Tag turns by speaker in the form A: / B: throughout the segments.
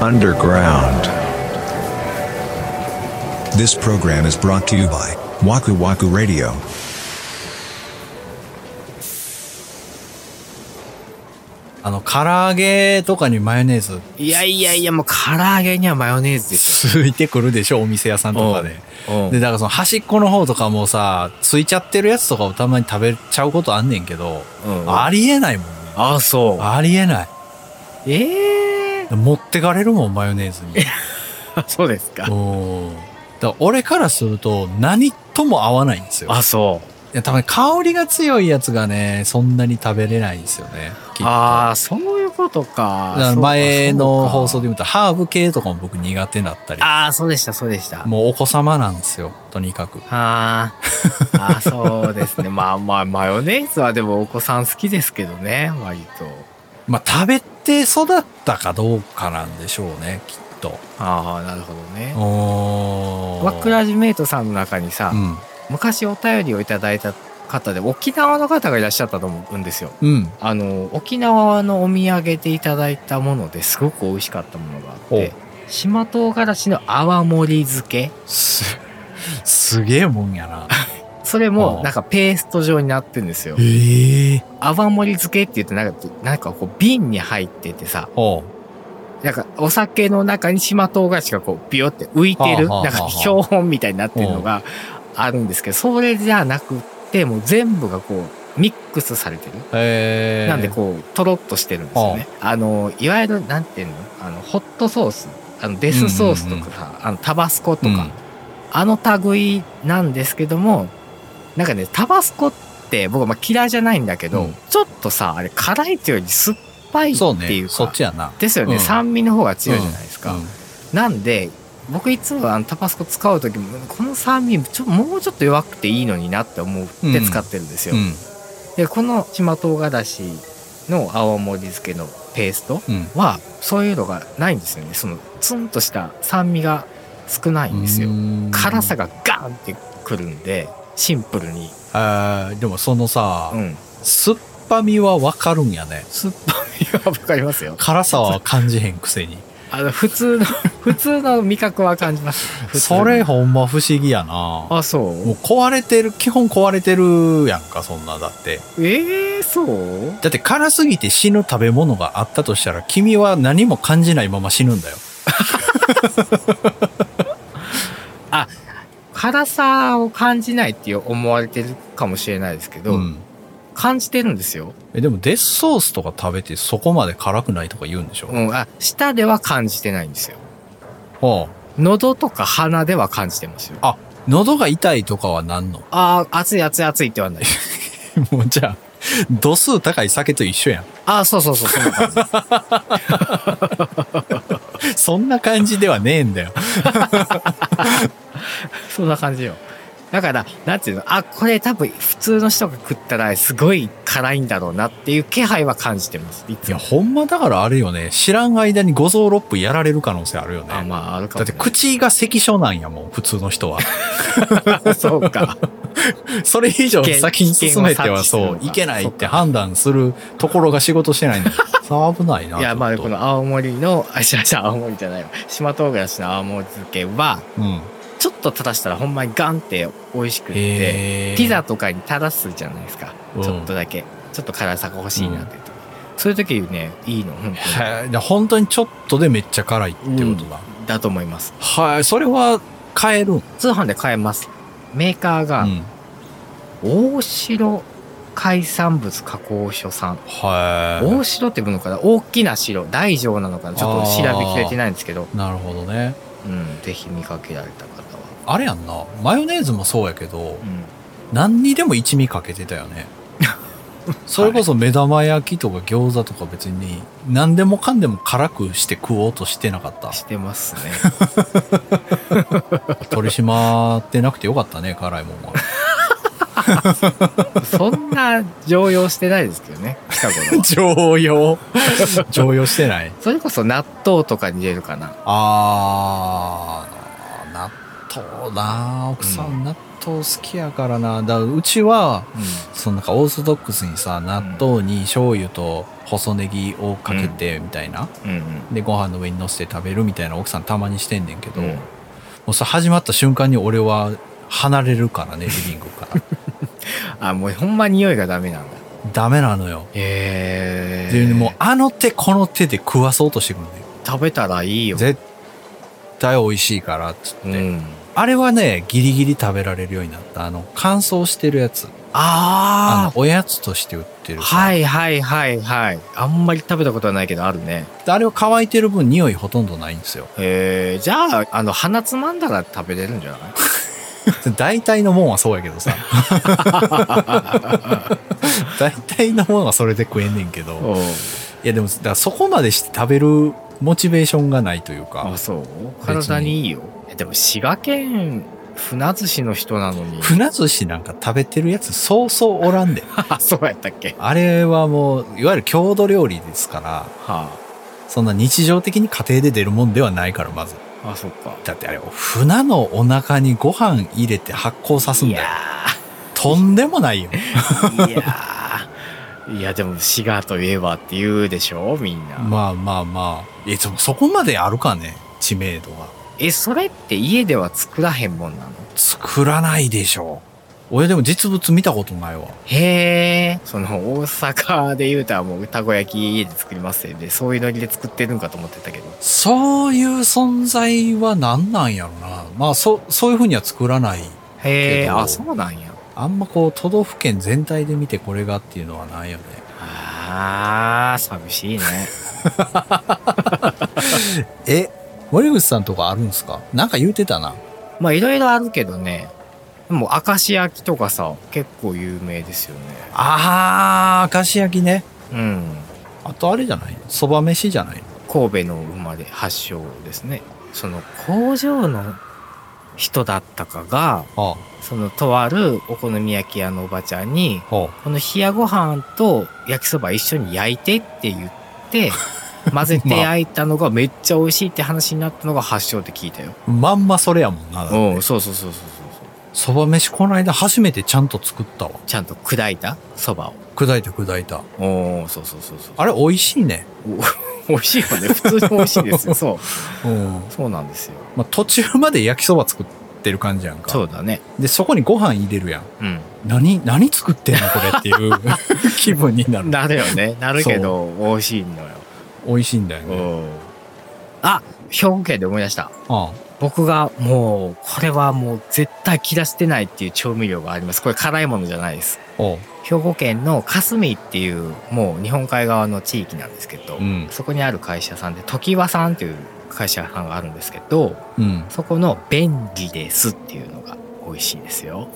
A: underground.
B: This program is brought to you by Waku Waku Radio.
C: あの、唐揚げとかにマヨネーズ
D: いやいやいや、もう唐揚げにはマヨネーズでし
C: ついてくるでしょ、お店屋さんとかで。
D: ょ。
C: で、だからその端っこの方とかもさ、ついちゃってるやつとかをたまに食べちゃうことあんねんけど、
D: うん
C: ありえないもんね。
D: あ、そう。
C: ありえない。
D: ええ
C: 持ってかれるもん、マヨネーズに。
D: ー。 そうですか。
C: うん。だから俺からすると、何とも合わないんですよ。
D: あ、そ
C: いや、たまに香りが強いやつがね、そんなに食べれないんですよね。きっ
D: う。
C: と
D: ああ、そういうことか
C: だから。前の放送で
D: で。
C: 言うと、ハーブ系とかも僕苦手だったり、
D: ああ、そうでした、そうで した。
C: もうお子様なんですよ、とにかく。
D: あーあー、そうですね。まあまあ、マヨネーズはでもお子さん好きですけどね、割と。
C: まあ、食べて育ったかどうかなんでしょうね、きっと。
D: ああ、なるほどね。
C: お
D: ワクラジメイトさんの中にさ、
C: うん。
D: 昔お便りをいただいた方で、沖縄の方がいらっしゃったと思うんですよ。
C: うん。
D: あの沖縄のお土産でいただいたものですごく美味しかったものがあって島唐辛子の泡盛り漬け
C: す、すげえもんやな。
D: それ
C: お
D: もなんかペースト状になってるんですよ
C: ええ
D: 泡盛り漬けって言ってなんかなんかこう瓶に入っててさ
C: おう
D: なんかお酒の中に島唐辛子がこうビヨって浮いてる
C: はあはあはあ
D: なんか標本みたいになってるのがあるんですけどそれじゃなくってもう全部がこうミックスされてる
C: えー。
D: なんでこう、とろっとしてるんですよね。あの、いわゆる、なんていうのあの、ホットソース、あの、デスソースとかさ、あの、タバスコとか、
C: うん
D: あの類なんですけども、なんかね、タバスコって僕はまあ嫌いじゃないんだけど、
C: うん
D: ちょっとさ、あれ辛いっていうより酸っぱいって
C: そう
D: い
C: ね
D: う。か、
C: そっちやな。
D: ですよね、
C: うん
D: 酸味の方が強いじゃないですか。
C: うん
D: なんで、僕いつもあのタバスコ使う時も、この酸味、ちょもうちょっと弱くていいのになって思って使ってるんですよ。
C: うん。
D: でこの島唐辛子の青森漬けのペースト
C: うん。
D: はそういうのがないんですよねそのツンとした酸味が少ないんですよ
C: うん
D: 辛さがガーンってくるんでシンプルに、
C: あーでもそのさ、
D: うん、
C: 酸っぱみはわかるんやね。
D: 酸っぱみはわかりますよ
C: 辛さは感じへんくせに。
D: あの普通の 普通の味覚は感じます 普通に
C: それほんま不思議やな。
D: あそ
C: もう
D: う
C: 壊れてる、基本壊れてるやんか、そんな。だって。
D: ええー、そう
C: だって辛すぎて死ぬ食べ物があったとしたら、君は何も感じないまま死ぬんだよ。
D: 辛さを感じないって思われてるかもしれないですけど、
C: ん。
D: 感じてるんですよ、
C: え、でもデスソースとか食べてそこまで辛くないとか言うんでしょ、
D: うん、あ舌では感じてないんですよ
C: は
D: 喉とか鼻では感じてますよ。
C: あ、あ、喉が痛いとかはなんの
D: ああ、熱い熱い熱いって言わない。
C: もうじゃあ、度数高い酒と一緒やん。
D: ああ、そうそうそう、そんな感じです。
C: そんな感じではねえんだよ。
D: そんな感じよ。だから、なんていうの、あ、これ多分普通の人が食ったらすごい辛いんだろうなっていう気配は感じてます。い
C: い
D: つ
C: や、
D: も。
C: ほんまだからあれよね。知らん間に五臓六腑やられる可能性あるよね。
D: あ、まあ、あるか
C: だ
D: も、
C: って
D: ね。
C: 口が咳所なんやもん、普通の人は。
D: 口、そう か。
C: それ以上先に進めてはそう、
D: 危険を察知するのか
C: いけないって判断するところが仕事してないんだよ。さあ危ないな。
D: いや、まあ、
C: ちょっ
D: ことの青森の、あ、違う違う、青森じゃないわ。島唐辛子の青森漬けは、
C: うん。
D: ちょっと垂らしたらほんまにガンって美味しくって。
C: へー
D: ピザとかに垂らすじゃないですか、
C: うん
D: ちょっとだけちょっと辛さが欲しいなっていう時、そういう時ねいいの本
C: へーじゃあ本当にちょっとでめっちゃ辛いって
D: 当に
C: ことだ。
D: うんだと思います
C: はい、それは買えるん。
D: 通販で買えますメーカー
C: う
D: が
C: ん。
D: 大城海産物加工所さん、
C: は
D: 大城っていうのかな大きな城大城なのかなちょっと調べきれてないんですけど、
C: い。なるほどね。
D: うん、ぜひ見かけられた方は、
C: あれやんな。マヨネーズもそうやけど
D: う、ん、
C: 何にでも一味かけてたよ ね。それこそ目玉焼きとか餃子とか別に何でもかんでも辛くして食おうとしてなかった。
D: してますね
C: 取り締まってなくてよかった ね、辛いもんは。
D: そんな常用してないですけどね近 頃は
C: 常用。常用して ない。
D: それこそ納豆とかに入れるかな
C: あー、納豆な奥さ
D: うん
C: 納豆好きやからな。だうちは、そのなんかオーソドックスにさ、納豆に醤油と細ネギをかけてみたいな。
D: うんうん
C: で、ご飯の上に乗せて食べるみたいな奥さんたまにしてんねんけど、
D: うん
C: もうそれ始まった瞬間に俺は離れるからね、リビング から。
D: あもうほんま匂いがダメなんだ
C: ダメなのよ。
D: へえ
C: で、もうあの手この手で食わそうとしてくるのよ。
D: 食べたらいいよ
C: 絶対美味しいからっつって、
D: うん、
C: あれはねギリギリ食べられるようになったあの乾燥してるやつあの
D: あ
C: おやつとして売って
D: あ
C: る
D: はいいはいはいはいあんまり食べたことはないけどあるね
C: あれは乾いてる分匂いほとんどないん ですよ
D: えー、じゃああの鼻つまんだら食べれるんじゃない
C: 大体のもんはそうやけど さ大体のもんはそれで食えんねんけど
D: おう
C: いやでもだからそこまでして食べるモチベーションがないというか
D: あそう体にいいよえでも滋賀県船寿司の人なのに
C: 船寿司なんか食べてるやつそうそうおらんで
D: あそうやったっけ
C: あれはもういわゆる郷土料理ですから
D: は
C: そんな日常的に家庭で出るもんではないから、まず。
D: ああそっか
C: だってあれ、船のお腹にご飯入れて発酵さすん
D: い
C: だよ。
D: や
C: とんでもないよ。
D: ーいやーいやでも滋賀といえばって言うでしょみ んな、
C: まあまあまあ。え、でもそこまであるかね、知名度は。
D: えそれって家では作らへんもんなの
C: 作らないでしょう。俺でも実物見たことないわ。
D: へえその大阪で言うたらもうたこ焼き家で作りますよねそういうノリで作ってるんかと思ってたけど
C: そういう存在は何なんやろな。まあ、そ、そういうふうには作らない。
D: へ
C: け
D: え
C: ど
D: あそうなんや
C: あんまこう、都道府県全体で見てこれがっていうのはないよね。
D: あー寂しいね
C: え、森口さんとかあるんすかなんか言うてたな。
D: まあいろいろあるけどねでも明石焼きとかさ結構有名ですよね
C: あー、明石焼きね。
D: うん
C: あとあれじゃないのそば飯じゃないの
D: 神戸の生まれ発祥ですねその工場の人だったかが
C: あ
D: そのとあるお好み焼き屋のおばちゃんに
C: あ、は
D: この冷やご飯と焼きそば一緒に焼いてって言 って、混ぜて焼いたのがめっちゃ美味しいって話になったのが発祥って聞いた よ。
C: あ。まんまそれやもんな。
D: うん、そうそうそうそうそうそう。
C: そば飯この間初めてちゃんと作ったわ。
D: ちゃんと砕いたそばを。
C: 砕いた砕いた。
D: おおそうそうそうそう。
C: あれ美味しいね。
D: お美味しいよ ね。普通に美味しいですよ。そう。
C: うん。
D: そうなんですよ。
C: まあ、途中まで焼きそば作ってる感じやんか。
D: そうだね。
C: で、そこにご飯入れるやん。
D: うん。
C: 何、何作ってんのこれって いう気分になる。
D: なるよね。なるけど、美味しいのよ。
C: 美味しいんだよ
D: う
C: ね。
D: ん。あ、兵庫県で思い出した。
C: あ
D: 僕がもう、これはもう絶対切らしてないっていう調味料があります。これ辛いものじゃないです。
C: あ、おう。
D: 兵庫県の霞っていうもう日本海側の地域なんですけど、
C: うん。
D: そこにある会社さんで常盤さんっていう会社さんがあるんですけど
C: うん。
D: そこの「便利です」っていうのが美味しいですよ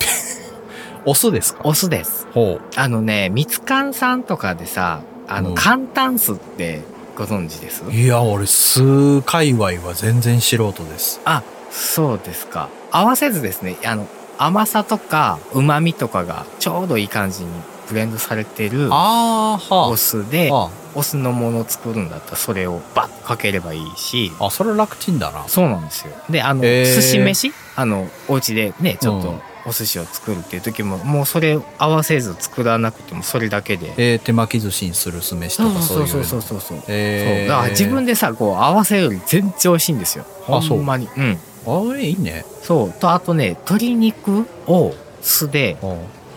C: お酢ですか
D: お酢です
C: ほう。
D: あのねみつかんさんとかでさあ
C: う
D: の
C: ん
D: 簡単酢ってご存知です
C: いや、俺、酢界隈は全然素人です。
D: あそうですか合わせずですねあの甘さとか旨味とかがちょうどいい感じにブレンドされてる
C: ああ、は
D: お酢で
C: あ。あ
D: お酢のものを作るんだったらそれをバッとかければいいし
C: あ、あ、それ楽ちんだな。
D: そうなんですよであの、
C: へー
D: 寿司飯あのお家でねちょっ
C: う
D: と
C: ん
D: お寿司を作るっていう時も、もうそれ合わせず作らなくてもそれだけで
C: えー手巻き寿司にする酢飯と
D: そう
C: かそう
D: そ
C: いうう
D: そうそう
C: の
D: うそうそう
C: え
D: だから自分
C: で
D: でさこう合わせるより全然美味しいんですよほ
C: あそうん
D: まにうん
C: あれいいね
D: そうとあとね鶏肉を酢で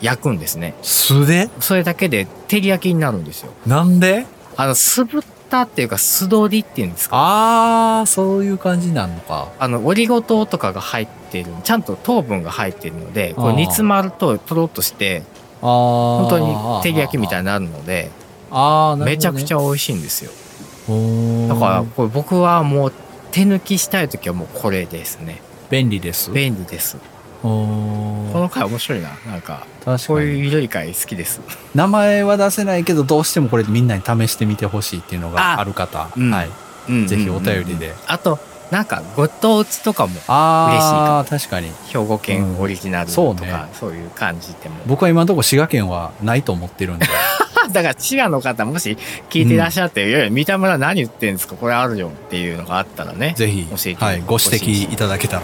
D: 焼くんですね
C: 素で
D: それだけで照り焼きになるんですよ
C: なんで
D: あの酢豚っていうか酢鶏っていうんですか
C: ああそういう感じなのか
D: あの、オリゴ糖とかが入っている、ちゃんと糖分が入っているので、
C: あ
D: こう
C: ー
D: 煮詰まるととろっとして、
C: あ本
D: 本当に照り焼きみたいになるので、
C: ああなるほど、ね、
D: めちゃくち
C: ゃ
D: ゃ美味しいんですよ。だ
C: だ
D: から、これ僕はもう手抜きしたい時はもうこれですね。
C: 便利です
D: 便利です。こ
C: お
D: の回面白いな。なんか、
C: 確
D: こ
C: か
D: ういう
C: に
D: ゆるい回好きです。
C: 名前は出せないけどどうしてもこれみんなに試してみてほしいっていうのが
D: あ
C: ある方
D: うん
C: はいぜひお便り。で
D: あと、なんか、ご当地とかも、
C: ああ確かに
D: 兵庫県オリジナル
C: そ
D: と
C: うね
D: か、そういう感じでも。
C: 僕は今のところ滋賀県はないと思ってるんで
D: だから、滋賀の方、もし聞いていらっしゃって、いやいや、三田村何言ってんですかこれあるよっていうのがあったらね。
C: ぜひ
D: 教えて
C: はい、ご指摘いただけたら